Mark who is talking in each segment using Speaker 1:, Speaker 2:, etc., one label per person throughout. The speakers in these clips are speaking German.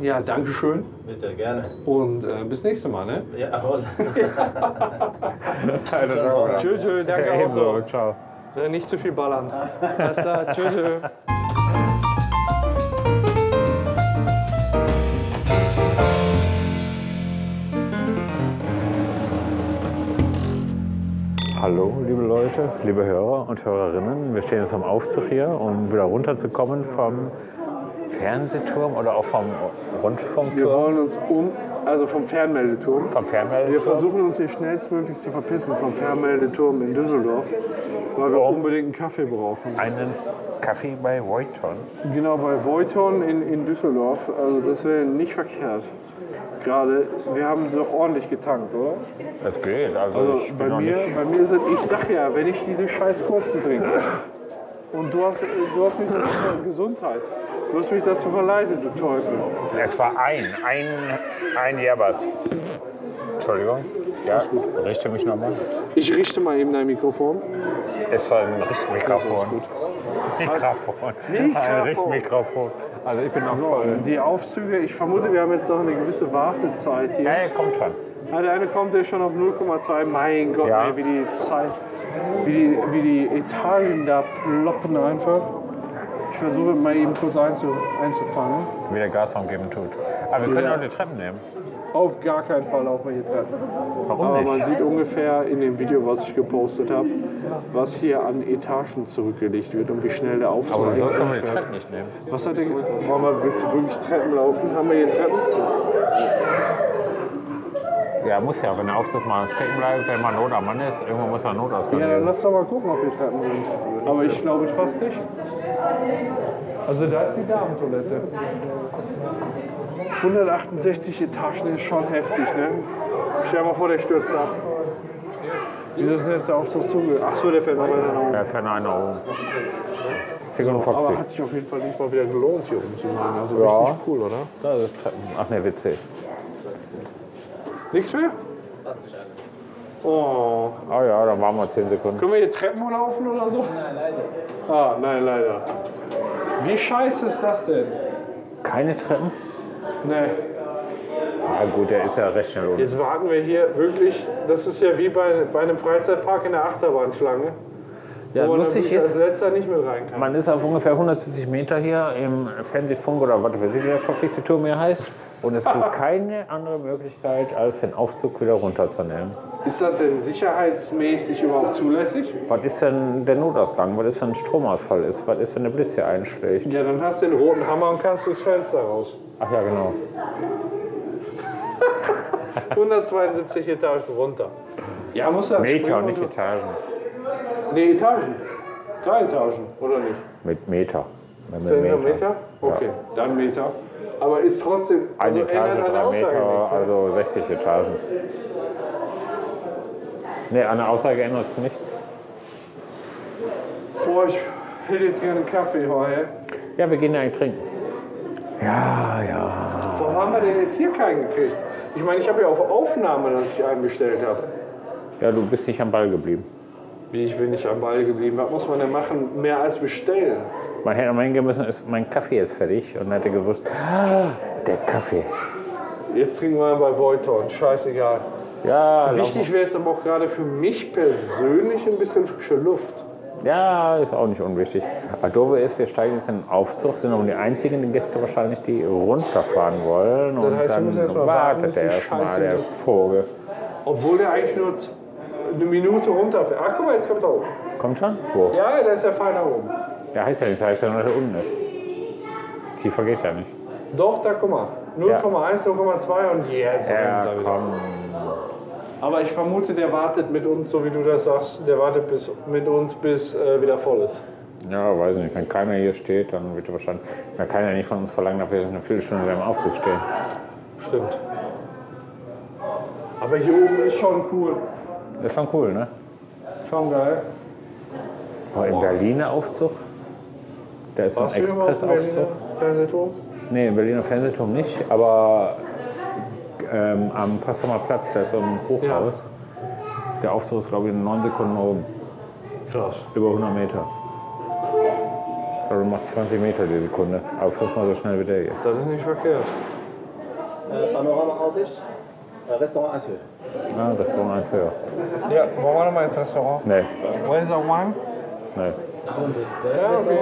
Speaker 1: Ja, danke schön
Speaker 2: Bitte, gerne.
Speaker 1: und äh, bis nächste Mal, ne?
Speaker 2: Jawohl.
Speaker 1: Tschö, tschö, danke auch
Speaker 3: Ebenso,
Speaker 1: so.
Speaker 3: ciao.
Speaker 1: Äh, Nicht zu viel ballern. Alles klar, tschö, tschö.
Speaker 3: Hallo, liebe Leute, liebe Hörer und Hörerinnen. Wir stehen jetzt am Aufzug hier, um wieder runterzukommen vom Fernsehturm oder auch vom
Speaker 4: Wir
Speaker 3: Rundfunkturm.
Speaker 4: wollen uns um, also vom Fernmeldeturm.
Speaker 3: Vom
Speaker 4: Wir
Speaker 3: Fernmeldeturm.
Speaker 4: versuchen uns hier schnellstmöglich zu verpissen vom Fernmeldeturm in Düsseldorf, weil wir unbedingt einen Kaffee brauchen.
Speaker 3: Einen Kaffee bei Voiton.
Speaker 4: Genau, bei Voiton in, in Düsseldorf, also das wäre nicht verkehrt. Gerade, wir haben so ordentlich getankt, oder?
Speaker 3: Das geht. Also,
Speaker 4: Also
Speaker 3: ich
Speaker 4: bei
Speaker 3: bin noch
Speaker 4: mir,
Speaker 3: nicht.
Speaker 4: bei mir sind, ich sag ja, wenn ich diese scheiß kurzen trinke. Und du hast, du hast mich dazu ver- Gesundheit. Du hast mich dazu verleitet, du Teufel.
Speaker 3: Es war ein, ein, ein Jerbas. Entschuldigung. Ja, richte mich nochmal.
Speaker 4: Ich richte mal eben dein Mikrofon.
Speaker 3: Ist ein Richtmikrofon. Mikrofon. Ein
Speaker 4: Mikrofon.
Speaker 3: Richtmikrofon. Also ich bin noch
Speaker 4: So,
Speaker 3: voll.
Speaker 4: die Aufzüge, ich vermute, wir haben jetzt noch eine gewisse Wartezeit hier.
Speaker 3: Ja, ja, kommt schon.
Speaker 4: Ah, der eine kommt ja schon auf 0,2. Mein Gott,
Speaker 3: Ja.
Speaker 4: ey, wie die Zeit, wie die, wie die Etagen da ploppen einfach. Ich versuche mal eben kurz einzu, einzufangen.
Speaker 3: Wie der Gashorn geben tut. Aber wir können
Speaker 4: Ja.
Speaker 3: auch die Treppen nehmen.
Speaker 4: Auf gar keinen Fall laufen wir hier Treppen. Aber
Speaker 3: Warum
Speaker 4: man
Speaker 3: nicht?
Speaker 4: sieht ungefähr in dem Video, was ich gepostet habe, was hier an Etagen zurückgelegt wird und wie schnell der Aufzug
Speaker 3: Aber sonst können wir
Speaker 4: eigentlich
Speaker 3: die
Speaker 4: fährt.
Speaker 3: Treppen nicht nehmen.
Speaker 4: Was hat der... Wollen wir, willst du wirklich Treppen laufen? Haben wir hier Treppen?
Speaker 3: Ja, muss ja, wenn der Aufzug mal stecken bleibt, wenn man Not am Mann ist, irgendwo muss man Notausgang
Speaker 4: Ja, dann
Speaker 3: nehmen.
Speaker 4: lass doch mal gucken, ob hier Treppen sind. Aber ich glaube fast nicht. Also da ist die Damentoilette. 168 Etagen ist schon heftig, ne? Stell dir mal vor, der stürzt ab. Wieso ist denn jetzt der Aufzug zuge? Ach so, der fährt noch weiter nach oben.
Speaker 3: Da fährt einer oben. Fick und
Speaker 4: Aber
Speaker 3: Foxy.
Speaker 4: hat sich auf jeden Fall nicht mal wieder gelohnt, hier rumzumachen. Also
Speaker 3: Ja.
Speaker 4: richtig cool, oder?
Speaker 3: Da ist Treppen. Ach ne, witzig.
Speaker 4: Nichts mehr? Oh,
Speaker 3: Ah ja, da waren wir 10 Sekunden.
Speaker 4: können wir hier Treppen laufen oder so? Nein, leider. Ah, nein, leider. Wie scheiße ist das denn?
Speaker 3: Keine Treppen?
Speaker 4: Nee.
Speaker 3: Ah gut, der ist ja recht schnell unten.
Speaker 4: Jetzt warten wir hier wirklich, das ist ja wie bei, bei einem Freizeitpark in der Achterbahnschlange,
Speaker 3: Ja,
Speaker 4: wo man
Speaker 3: lustig
Speaker 4: natürlich als
Speaker 3: ist,
Speaker 4: letzter nicht mit rein kann.
Speaker 3: man ist auf ungefähr 170 Meter hier im Fernsehfunk oder was weiß ich, wie der verfickte Turm hier heißt. Und es gibt keine andere Möglichkeit, als den Aufzug wieder runterzunehmen.
Speaker 4: Ist das denn sicherheitsmäßig überhaupt zulässig?
Speaker 3: Was ist denn der Notausgang? Was ist, wenn ein Stromausfall ist? Was ist, wenn der Blitz hier einschlägt?
Speaker 4: Ja, dann hast du den roten Hammer und kannst durchs Fenster raus.
Speaker 3: Ach ja, genau.
Speaker 4: 172 Etagen runter. Ja, muss er.
Speaker 3: Meter, nicht Etagen.
Speaker 4: Nee, Etagen. Drei Etagen, oder nicht?
Speaker 3: Mit Meter. Mit
Speaker 4: Ist der nur Meter? Okay, dann Meter. Aber ist trotzdem, also
Speaker 3: Eine
Speaker 4: ändert
Speaker 3: Etage,
Speaker 4: an der
Speaker 3: drei
Speaker 4: Aussage
Speaker 3: Meter,
Speaker 4: nichts. Ne?
Speaker 3: also 60 Etagen. Nee, an der Aussage ändert es nichts. also-
Speaker 4: Boah, ich hätte jetzt gerne einen Kaffee, Jorge.
Speaker 3: Ja, wir gehen ja einen trinken. Ja, ja.
Speaker 4: Warum haben wir denn jetzt hier keinen gekriegt? Ich meine, ich habe ja auf Aufnahme, dass ich einen bestellt habe.
Speaker 3: Ja, du bist nicht am Ball geblieben.
Speaker 4: Wie, ich bin nicht am Ball geblieben. Was muss man denn machen, mehr als bestellen?
Speaker 3: Man hätte mal hingehen müssen, ist mein Kaffee ist fertig und hätte gewusst, ah, der Kaffee.
Speaker 4: Jetzt trinken wir bei Volton, scheißegal.
Speaker 3: Ja, lauf-
Speaker 4: Wichtig wäre jetzt aber auch gerade für mich persönlich ein bisschen frische Luft.
Speaker 3: ja, ist auch nicht unwichtig. Aber doof ist, wir steigen jetzt in den Aufzug, sind aber die einzigen Gäste wahrscheinlich, die runterfahren wollen.
Speaker 4: Das
Speaker 3: und
Speaker 4: heißt, wir
Speaker 3: dann
Speaker 4: müssen erst mal warten, bis
Speaker 3: wartet
Speaker 4: die
Speaker 3: der erstmal,
Speaker 4: Scheiße
Speaker 3: der
Speaker 4: geht.
Speaker 3: Vogel.
Speaker 4: Obwohl der eigentlich nur z- eine Minute runterfährt. Ach, guck mal, jetzt kommt er hoch.
Speaker 3: Kommt schon? Wo?
Speaker 4: Ja, der ist ja fein da oben.
Speaker 3: Der heißt ja nichts, der heißt ja nur, dass er unten ist. Tiefer geht ja nicht.
Speaker 4: Doch, da guck mal. 0,1, 0,2 und jetzt
Speaker 3: Ja,
Speaker 4: rennt er wieder.
Speaker 3: komm.
Speaker 4: Aber ich vermute, der wartet mit uns, so wie du das sagst, der wartet bis, mit uns, bis äh, wieder voll ist.
Speaker 3: Ja, weiß nicht. Wenn keiner hier steht, dann wird er wahrscheinlich. Man kann ja nicht von uns verlangen, dass wir eine Viertelstunde wieder im Aufzug stehen.
Speaker 4: Stimmt. Aber hier oben ist schon cool.
Speaker 3: Das ist schon cool, ne?
Speaker 4: Schon geil.
Speaker 3: Aber im Berliner Aufzug? Da ist
Speaker 4: Warst
Speaker 3: ein
Speaker 4: du überhaupt im
Speaker 3: Expressaufzug.
Speaker 4: Berliner Fernsehturm?
Speaker 3: Nee, im Berliner Fernsehturm nicht, aber ähm, am Potsdamer Platz, da ist so ein Hochhaus. Der Aufzug ist, glaube ich, in neun Sekunden oben.
Speaker 4: Krass.
Speaker 3: Über 100 Meter. Also macht 20 Meter die Sekunde, aber fünfmal so schnell wie der hier.
Speaker 4: Das ist nicht verkehrt.
Speaker 2: äh, Panorama-Aussicht, äh, Restaurant 1 hier.
Speaker 3: Ah, Restaurant 1 höher.
Speaker 5: Ja, wollen wir nochmal ins Restaurant?
Speaker 3: Nee,
Speaker 5: Where is our wine?
Speaker 3: nee.
Speaker 2: Ja, okay.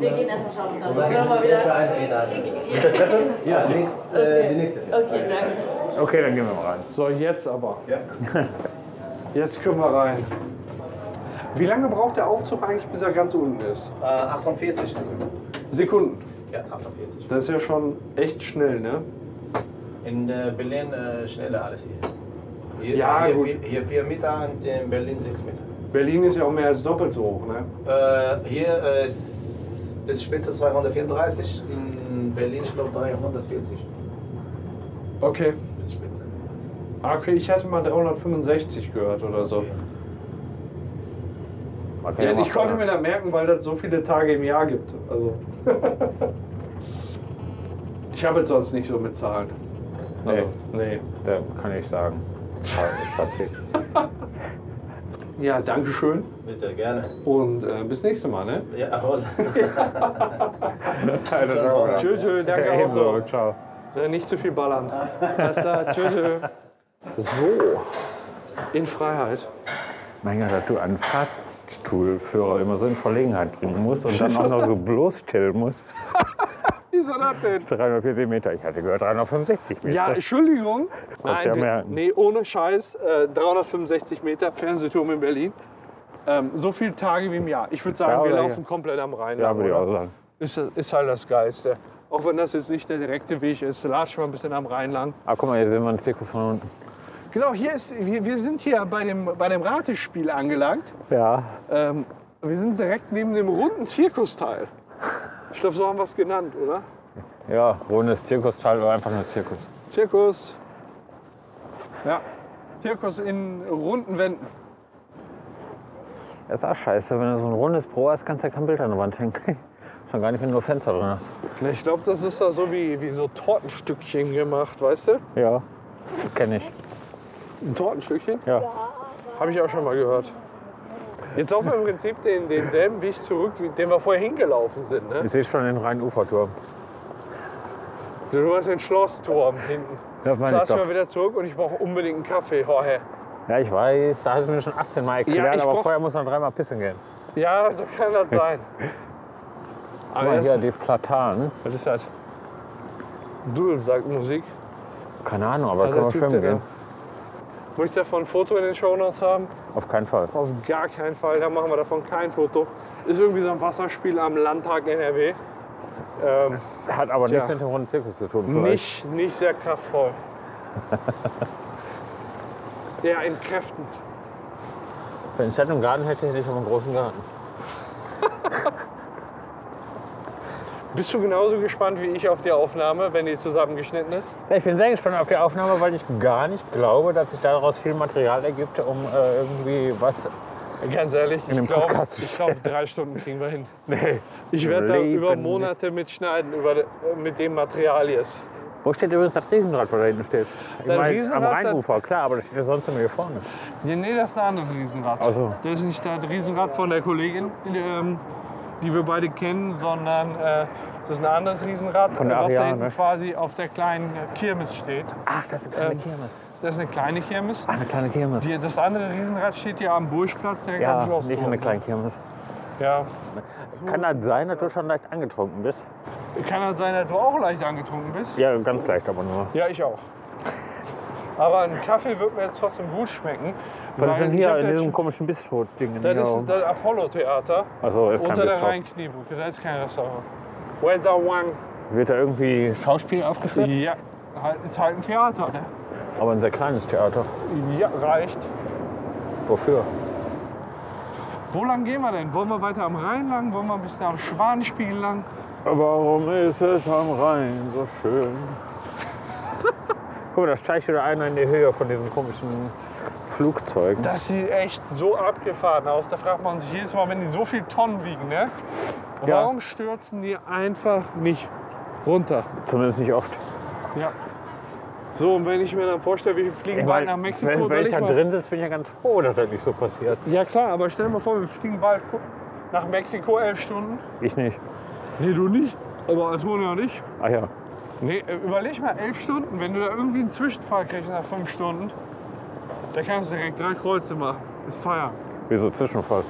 Speaker 6: Wir gehen erstmal schauen. Dann können wir mal wieder.
Speaker 2: ja die, nächst, äh, die nächste.
Speaker 6: Okay, danke.
Speaker 3: Okay, dann gehen wir mal rein.
Speaker 5: So, jetzt aber.
Speaker 2: Ja.
Speaker 5: Jetzt können wir rein.
Speaker 4: Wie lange braucht der Aufzug eigentlich, bis er ganz unten ist?
Speaker 2: Äh, 48 Sekunden.
Speaker 4: Sekunden.
Speaker 2: Ja, 48.
Speaker 4: Das ist ja schon echt schnell, ne?
Speaker 2: In äh, Berlin äh, schneller alles hier. Hier,
Speaker 4: Ja,
Speaker 2: hier,
Speaker 4: gut.
Speaker 2: Vier, hier 4 Meter und in Berlin 6 Meter.
Speaker 4: Berlin ist ja auch mehr als doppelt so hoch, ne?
Speaker 2: Äh, hier äh, ist bis Spitze 234, in Berlin ich glaube 340
Speaker 4: Okay.
Speaker 2: bis Spitze.
Speaker 4: Ah, Okay, ich hatte mal 365 gehört oder so.
Speaker 3: Man kann
Speaker 4: Ja,
Speaker 3: mal
Speaker 4: ich konnte
Speaker 3: fragen.
Speaker 4: mir da merken, weil das so viele Tage im Jahr gibt. Also. ich habe jetzt sonst nicht so mit Zahlen. Also, nee.
Speaker 3: Da kann ich sagen. Fazit.
Speaker 4: Ja, Dankeschön
Speaker 2: Bitte, gerne.
Speaker 4: und äh, bis nächste Mal, ne?
Speaker 2: Ja, jawohl.
Speaker 4: Tschö, tschö, danke auch
Speaker 3: Ebenso,
Speaker 4: so.
Speaker 3: ciao.
Speaker 4: Äh, Nicht zu viel ballern. Alles klar, tschö, tschö. So, in Freiheit.
Speaker 3: Mein Gott, dass du einen Fahrstuhlführer immer so in Verlegenheit bringen musst und dann auch noch so bloßstellen musst.
Speaker 5: Wieso das denn?
Speaker 3: 340 Meter, ich hatte gehört 365 Meter.
Speaker 4: Ja, Entschuldigung.
Speaker 3: ja merken.
Speaker 4: nee, ohne Scheiß. Äh, 365 Meter Fernsehturm in Berlin. Ähm, so viele Tage wie im Jahr. Ich würde sagen,
Speaker 3: Ja,
Speaker 4: wir
Speaker 3: oder
Speaker 4: laufen komplett am Rhein.
Speaker 3: ja
Speaker 4: lang,
Speaker 3: würde ich
Speaker 4: oder?
Speaker 3: auch sagen.
Speaker 4: ist, ist halt das Geilste. Auch wenn das jetzt nicht der direkte Weg ist, latschen wir ein bisschen am Rhein lang.
Speaker 3: Ah, guck mal, hier sehen wir einen Zirkel von unten.
Speaker 4: Genau, hier ist, wir, wir sind hier bei dem, bei dem Ratespiel angelangt.
Speaker 3: Ja,
Speaker 4: Ähm, wir sind direkt neben dem runden Zirkusteil. Ich glaube, so haben wir es genannt, oder?
Speaker 3: ja, rundes Zirkusteil oder einfach nur Zirkus.
Speaker 4: Zirkus. Ja, Zirkus in runden Wänden.
Speaker 3: Das ist auch scheiße, wenn du so ein rundes Pro hast, kannst du ja kein Bild an der Wand hängen. Schon gar nicht, wenn du nur Fenster drin hast.
Speaker 4: Na, Ich glaube, das ist da so wie, wie so Tortenstückchen gemacht, weißt du?
Speaker 3: Ja, kenne ich.
Speaker 4: Ein Tortenstückchen?
Speaker 3: Ja.
Speaker 4: Habe ich auch schon mal gehört. Jetzt laufen wir im Prinzip den, denselben Weg zurück, wie- den wir vorher hingelaufen sind. Ne?
Speaker 3: Ich sehe schon den reinen Uferturm.
Speaker 4: Du hast den Schlossturm hinten.
Speaker 3: Das meine ich
Speaker 4: Fahrst mal
Speaker 3: doch.
Speaker 4: wieder zurück und ich brauche unbedingt einen Kaffee, Jorge.
Speaker 3: Ja, ich weiß, da hast du mir schon 18 Mal
Speaker 4: Ja,
Speaker 3: erklärt,
Speaker 4: ich
Speaker 3: aber
Speaker 4: brauch-
Speaker 3: vorher muss man dreimal pissen gehen.
Speaker 4: Ja, so kann das sein.
Speaker 3: Guck
Speaker 4: Aber
Speaker 3: mal
Speaker 4: das,
Speaker 3: hier, die Platanen.
Speaker 4: was ist das? Dudelsackmusik.
Speaker 3: Keine Ahnung, aber
Speaker 4: Also
Speaker 3: da
Speaker 4: der
Speaker 3: können wir
Speaker 4: Typ,
Speaker 3: schwimmen
Speaker 4: der
Speaker 3: gehen.
Speaker 4: Möchtest du davon ein Foto in den Shownotes haben?
Speaker 3: Auf keinen Fall.
Speaker 4: Auf gar keinen Fall, da machen wir davon kein Foto. Ist irgendwie so ein Wasserspiel am Landtag NRW. Ähm,
Speaker 3: Hat aber
Speaker 4: Tja.
Speaker 3: nichts mit dem runden Zirkus zu tun. vielleicht.
Speaker 4: nicht, nicht sehr kraftvoll. ja, entkräftend.
Speaker 3: Wenn ich das im Garten hätte, hätte ich aber einen großen Garten.
Speaker 4: Bist du genauso gespannt wie ich auf die Aufnahme, wenn die zusammengeschnitten ist?
Speaker 3: Ja, ich bin sehr gespannt auf die Aufnahme, weil ich gar nicht glaube, dass sich daraus viel Material ergibt, um äh, irgendwie was.
Speaker 4: Ganz ehrlich,
Speaker 3: dem
Speaker 4: ich glaube,
Speaker 3: Podcast zu
Speaker 4: ich glaub, drei Stunden kriegen wir hin.
Speaker 3: Nee.
Speaker 4: Ich werde da
Speaker 3: Leben
Speaker 4: über Monate mit schneiden, über, de- mit dem Material jetzt.
Speaker 3: Wo steht übrigens das Riesenrad, was da hinten steht? Ich
Speaker 4: Das
Speaker 3: mein, am
Speaker 4: Riesenrad, das-
Speaker 3: Rheinufer, klar, aber das steht ja sonst immer hier vorne.
Speaker 4: Nee, nee, das ist ein anderes Riesenrad.
Speaker 3: Ach so.
Speaker 4: Das ist nicht das Riesenrad von der Kollegin, ähm, die wir beide kennen, sondern äh, das ist ein anderes Riesenrad,
Speaker 3: Von der
Speaker 4: äh, was da
Speaker 3: Ariane,
Speaker 4: hinten
Speaker 3: ne?
Speaker 4: quasi auf der kleinen äh, Kirmes steht.
Speaker 3: Ach, das ist eine kleine
Speaker 4: Ähm,
Speaker 3: Kirmes.
Speaker 4: Das ist eine kleine Kirmes.
Speaker 3: Ach, ah, eine kleine Kirmes.
Speaker 4: Die, das andere Riesenrad steht hier am Burgplatz, direkt am
Speaker 3: Ja,
Speaker 4: Schloss.
Speaker 3: nicht eine kleine Kirmes.
Speaker 4: Ja.
Speaker 3: Kann das sein, dass du schon leicht angetrunken bist?
Speaker 4: Kann das sein, dass du auch leicht angetrunken bist?
Speaker 3: Ja, ganz leicht, aber nur.
Speaker 4: Ja, ich auch. Aber ein Kaffee wird mir jetzt trotzdem gut schmecken.
Speaker 3: Was ist
Speaker 4: weil
Speaker 3: denn
Speaker 4: ich
Speaker 3: hier
Speaker 4: hab
Speaker 3: in
Speaker 4: das
Speaker 3: diesem
Speaker 4: schon-
Speaker 3: komischen Bistro-Ding? in
Speaker 4: Das
Speaker 3: hier
Speaker 4: ist
Speaker 3: oben?
Speaker 4: das Apollo-Theater
Speaker 3: Ach so, ist kein
Speaker 4: unter der
Speaker 3: Bistro.
Speaker 4: Rhein-Kniebrücke. Da ist kein Restaurant. Where's the one?
Speaker 3: Wird da irgendwie Schauspiel aufgeführt?
Speaker 4: Ja, halt- ist halt ein Theater, ne?
Speaker 3: Aber ein sehr kleines Theater.
Speaker 4: Ja, reicht.
Speaker 3: Wofür?
Speaker 4: Wo lang gehen wir denn? Wollen wir weiter am Rhein lang? Wollen wir ein bisschen am Schwanenspiegel lang?
Speaker 3: Warum ist es am Rhein so schön? Guck mal, da steigt wieder einer in die Höhe von diesen komischen Flugzeugen.
Speaker 4: Das sieht echt so abgefahren aus. Da fragt man sich jedes Mal, wenn die so viel Tonnen wiegen, ne?
Speaker 3: Ja.
Speaker 4: Warum stürzen die einfach nicht runter?
Speaker 3: Zumindest nicht oft.
Speaker 4: Ja. So, und wenn ich mir dann vorstelle, wir fliegen
Speaker 3: Ich
Speaker 4: bald
Speaker 3: mein,
Speaker 4: nach Mexiko,
Speaker 3: wenn
Speaker 4: überleg
Speaker 3: welcher
Speaker 4: mal-
Speaker 3: drin sitzt, bin ich ja ganz froh, dass das nicht so passiert.
Speaker 4: Ja klar, aber stell dir mal vor, wir fliegen bald nach Mexiko elf Stunden.
Speaker 3: Ich nicht.
Speaker 4: Nee, du nicht. Aber Antonia und ich.
Speaker 3: Ach Ah ja.
Speaker 4: Nee, äh, überleg mal, elf Stunden, wenn du da irgendwie einen Zwischenfall kriegst nach fünf Stunden, da kannst du direkt drei Kreuze machen. Ist Feier.
Speaker 3: Wieso Zwischenfall?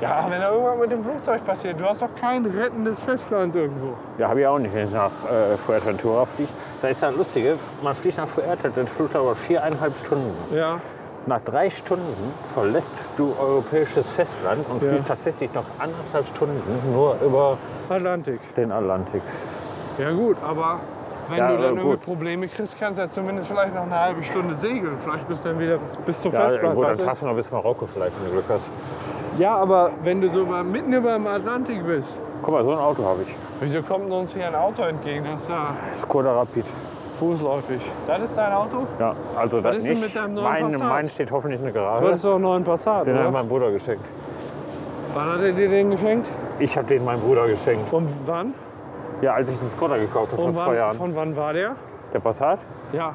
Speaker 4: Ja, wenn da irgendwas mit dem Flugzeug passiert, du hast doch kein rettendes Festland irgendwo.
Speaker 3: Ja, habe ich auch nicht, wenn ich nach äh, Fuerteventura fliege. Da ist das Lustige, man fliegt nach Fuerteventura, das Flug dauert viereinhalb Stunden.
Speaker 4: Ja.
Speaker 3: Nach drei Stunden verlässt du europäisches Festland und
Speaker 4: Ja.
Speaker 3: fliegst tatsächlich noch anderthalb Stunden nur über
Speaker 4: Atlantik.
Speaker 3: den Atlantik.
Speaker 4: Ja gut, aber wenn
Speaker 3: Ja,
Speaker 4: du dann
Speaker 3: aber
Speaker 4: irgendwie
Speaker 3: gut.
Speaker 4: Probleme kriegst, kannst du ja zumindest vielleicht noch eine halbe Stunde segeln. Vielleicht bist du dann wieder bis- bis zum
Speaker 3: Ja,
Speaker 4: Festland.
Speaker 3: gut,
Speaker 4: weißt
Speaker 3: dann
Speaker 4: du?
Speaker 3: hast du noch bis Marokko vielleicht, wenn du Glück hast.
Speaker 4: ja, aber wenn du so über, mitten über dem Atlantik bist,
Speaker 3: Guck mal, so ein Auto habe ich.
Speaker 4: wieso kommt uns hier ein Auto entgegen? Das ist ja
Speaker 3: Skoda Rapid.
Speaker 4: fußläufig. Das ist dein Auto?
Speaker 3: Ja, also das
Speaker 4: ist denn
Speaker 3: nicht.
Speaker 4: mit deinem neuen
Speaker 3: mein,
Speaker 4: Passat?
Speaker 3: mein steht hoffentlich in der
Speaker 4: Du
Speaker 3: Garage.
Speaker 4: hattest doch einen neuen Passat,
Speaker 3: Den hat
Speaker 4: oder?
Speaker 3: mein Bruder geschenkt.
Speaker 4: Wann hat er dir den geschenkt?
Speaker 3: Ich habe den meinem Bruder geschenkt.
Speaker 4: Und Um wann?
Speaker 3: Ja, als ich einen Skoda gekauft habe vor
Speaker 4: Und
Speaker 3: zwei
Speaker 4: Um wann,
Speaker 3: Jahren.
Speaker 4: von wann war der?
Speaker 3: der Passat?
Speaker 4: Ja.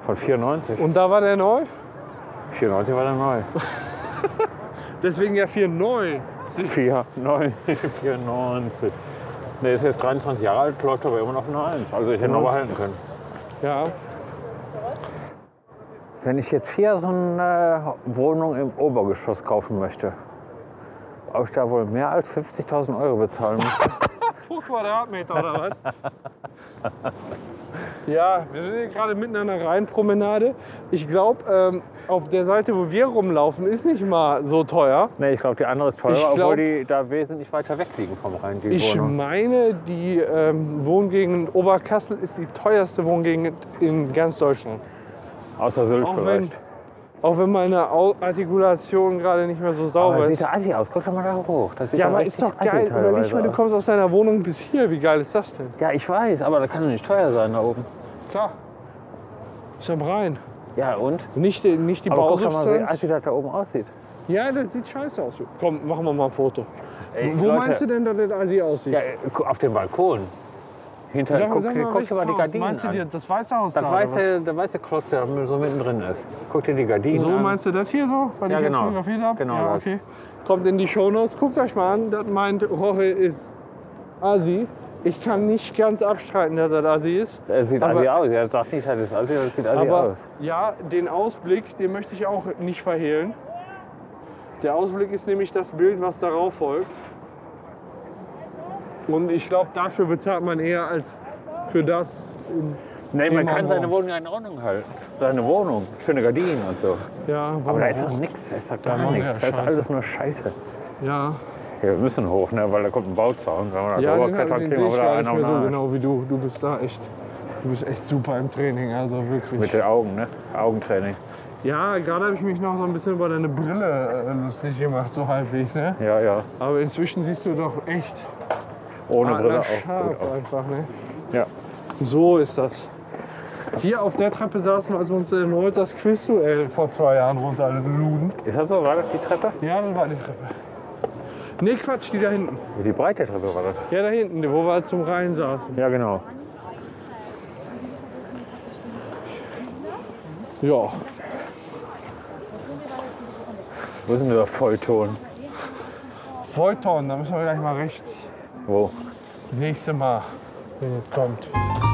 Speaker 3: Von 94.
Speaker 4: Und da war der neu?
Speaker 3: 94 war der neu.
Speaker 4: Deswegen ja viel neu.
Speaker 3: 4, 9, 94. Der ist jetzt 23 Jahre alt, läuft aber immer noch eine 1. Also ich hätte ihn noch behalten können.
Speaker 4: Ja.
Speaker 3: Wenn ich jetzt hier so eine äh, Wohnung im Obergeschoss kaufen möchte, ob ich da wohl mehr als 50.000 Euro bezahlen muss?
Speaker 4: Pro Quadratmeter oder was? ja, wir sind hier gerade mitten an der Rheinpromenade. Ich glaube, ähm, auf der Seite, wo wir rumlaufen, ist nicht mal so teuer.
Speaker 3: nee, ich glaube, die andere ist teurer,
Speaker 4: Ich glaub-
Speaker 3: obwohl die da wesentlich weiter weg liegen vom Rhein, die
Speaker 4: Ich
Speaker 3: Wohnung.
Speaker 4: meine, die ähm, Wohngegend Oberkassel ist die teuerste Wohngegend in ganz Deutschland.
Speaker 3: Außer Sylt
Speaker 4: Auch wenn,
Speaker 3: vielleicht.
Speaker 4: auch wenn meine Au- Artikulation gerade nicht mehr so sauber
Speaker 3: Aber sieht
Speaker 4: ist.
Speaker 3: da assi aus, guck doch mal da hoch. Das sieht
Speaker 4: Ja,
Speaker 3: doch
Speaker 4: aber
Speaker 3: richtig
Speaker 4: ist doch
Speaker 3: assi
Speaker 4: geil. Überleg
Speaker 3: teilweise
Speaker 4: mal, du
Speaker 3: aus.
Speaker 4: kommst aus deiner Wohnung bis hier. Wie geil ist das denn?
Speaker 3: Ja, ich weiß, aber da kann doch nicht teuer sein da oben.
Speaker 4: Klar. Ist am Rhein.
Speaker 3: Ja, und?
Speaker 4: Nicht, die- nicht die
Speaker 3: Aber guck doch mal, wie
Speaker 4: Bausubstanz.
Speaker 3: assi das da oben aussieht.
Speaker 4: Ja, das sieht scheiße aus. Komm, machen wir mal ein Foto.
Speaker 3: Ey,
Speaker 4: Wo
Speaker 3: Leute.
Speaker 4: meinst du denn, dass das Asi aussieht?
Speaker 3: Ja, äh, gu- auf dem Balkon. Hinter,
Speaker 4: Sag,
Speaker 3: guck,
Speaker 4: sag
Speaker 3: dir-
Speaker 4: mal,
Speaker 3: guck dir mal die
Speaker 4: welches Haus?
Speaker 3: Gardinen
Speaker 4: Meinst du dir
Speaker 3: an.
Speaker 4: das Weiße Haus
Speaker 3: Das
Speaker 4: da? oder
Speaker 3: weiße, der weiße Klotz, der so mittendrin ist. Guck dir die Gardinen
Speaker 4: was? So
Speaker 3: an.
Speaker 4: meinst du das hier so, weil
Speaker 3: Ja,
Speaker 4: ich
Speaker 3: genau.
Speaker 4: jetzt fotografiert habe?
Speaker 3: Genau
Speaker 4: Ja,
Speaker 3: das.
Speaker 4: okay. Kommt in die Shownotes, guckt euch mal an. Das meint Roche ist Asi. Ich kann nicht ganz abstreiten, dass das Asi ist.
Speaker 3: Das Äh, sieht
Speaker 4: Aber-
Speaker 3: assi aus. Ja, das nicht, das ist assi, das sieht assi
Speaker 4: Aber
Speaker 3: aus.
Speaker 4: ja, den Ausblick, den möchte ich auch nicht verhehlen. Der Ausblick ist nämlich das Bild, was darauf folgt. Und ich glaube, dafür bezahlt man eher als für das.
Speaker 3: Nee,
Speaker 4: Thema
Speaker 3: man kann seine
Speaker 4: Wohnung.
Speaker 3: Wohnung ja in Ordnung halten. Seine Wohnung, schöne Gardinen und so.
Speaker 4: Ja,
Speaker 3: Aber da ist doch nichts, da ist doch gar
Speaker 4: machen wir ja
Speaker 3: nichts. Da ist alles nur Scheiße.
Speaker 4: ja.
Speaker 3: Ja, wir müssen hoch, ne? weil da kommt ein Bauzaun. Wenn wir da
Speaker 4: Ja,
Speaker 3: drüber
Speaker 4: den,
Speaker 3: klettern,
Speaker 4: den
Speaker 3: kriegen
Speaker 4: sehe
Speaker 3: wir
Speaker 4: ich
Speaker 3: wieder
Speaker 4: gar nicht
Speaker 3: einen
Speaker 4: mehr so
Speaker 3: auf den Arsch.
Speaker 4: genau wie du. Du bist da echt, du bist echt super im Training, also wirklich.
Speaker 3: Mit den Augen, ne? Augentraining.
Speaker 4: Ja, gerade habe ich mich noch so ein bisschen über deine Brille äh, lustig gemacht, so halbwegs, ne?
Speaker 3: Ja, ja.
Speaker 4: Aber inzwischen siehst du doch echt Ah,
Speaker 3: Ohne Brille auch gut
Speaker 4: scharf
Speaker 3: aus.
Speaker 4: einfach, ne?
Speaker 3: Ja.
Speaker 4: So ist das. Hier auf der Treppe saßen wir, als wir uns erneut das Quizduell vor zwei Jahren runterluden.
Speaker 3: Ist das so? War das die Treppe?
Speaker 4: Ja, das war die Treppe. Nee, Quatsch, die da hinten.
Speaker 3: Die breite Treppe war das.
Speaker 4: Ja, da hinten, wo wir zum Rhein saßen.
Speaker 3: Ja, genau.
Speaker 4: Ja.
Speaker 3: Wo ist denn dieser Vollton?
Speaker 4: Vollton, da müssen wir gleich mal rechts.
Speaker 3: Wo?
Speaker 4: Nächste Mal, wenn es Hm, kommt.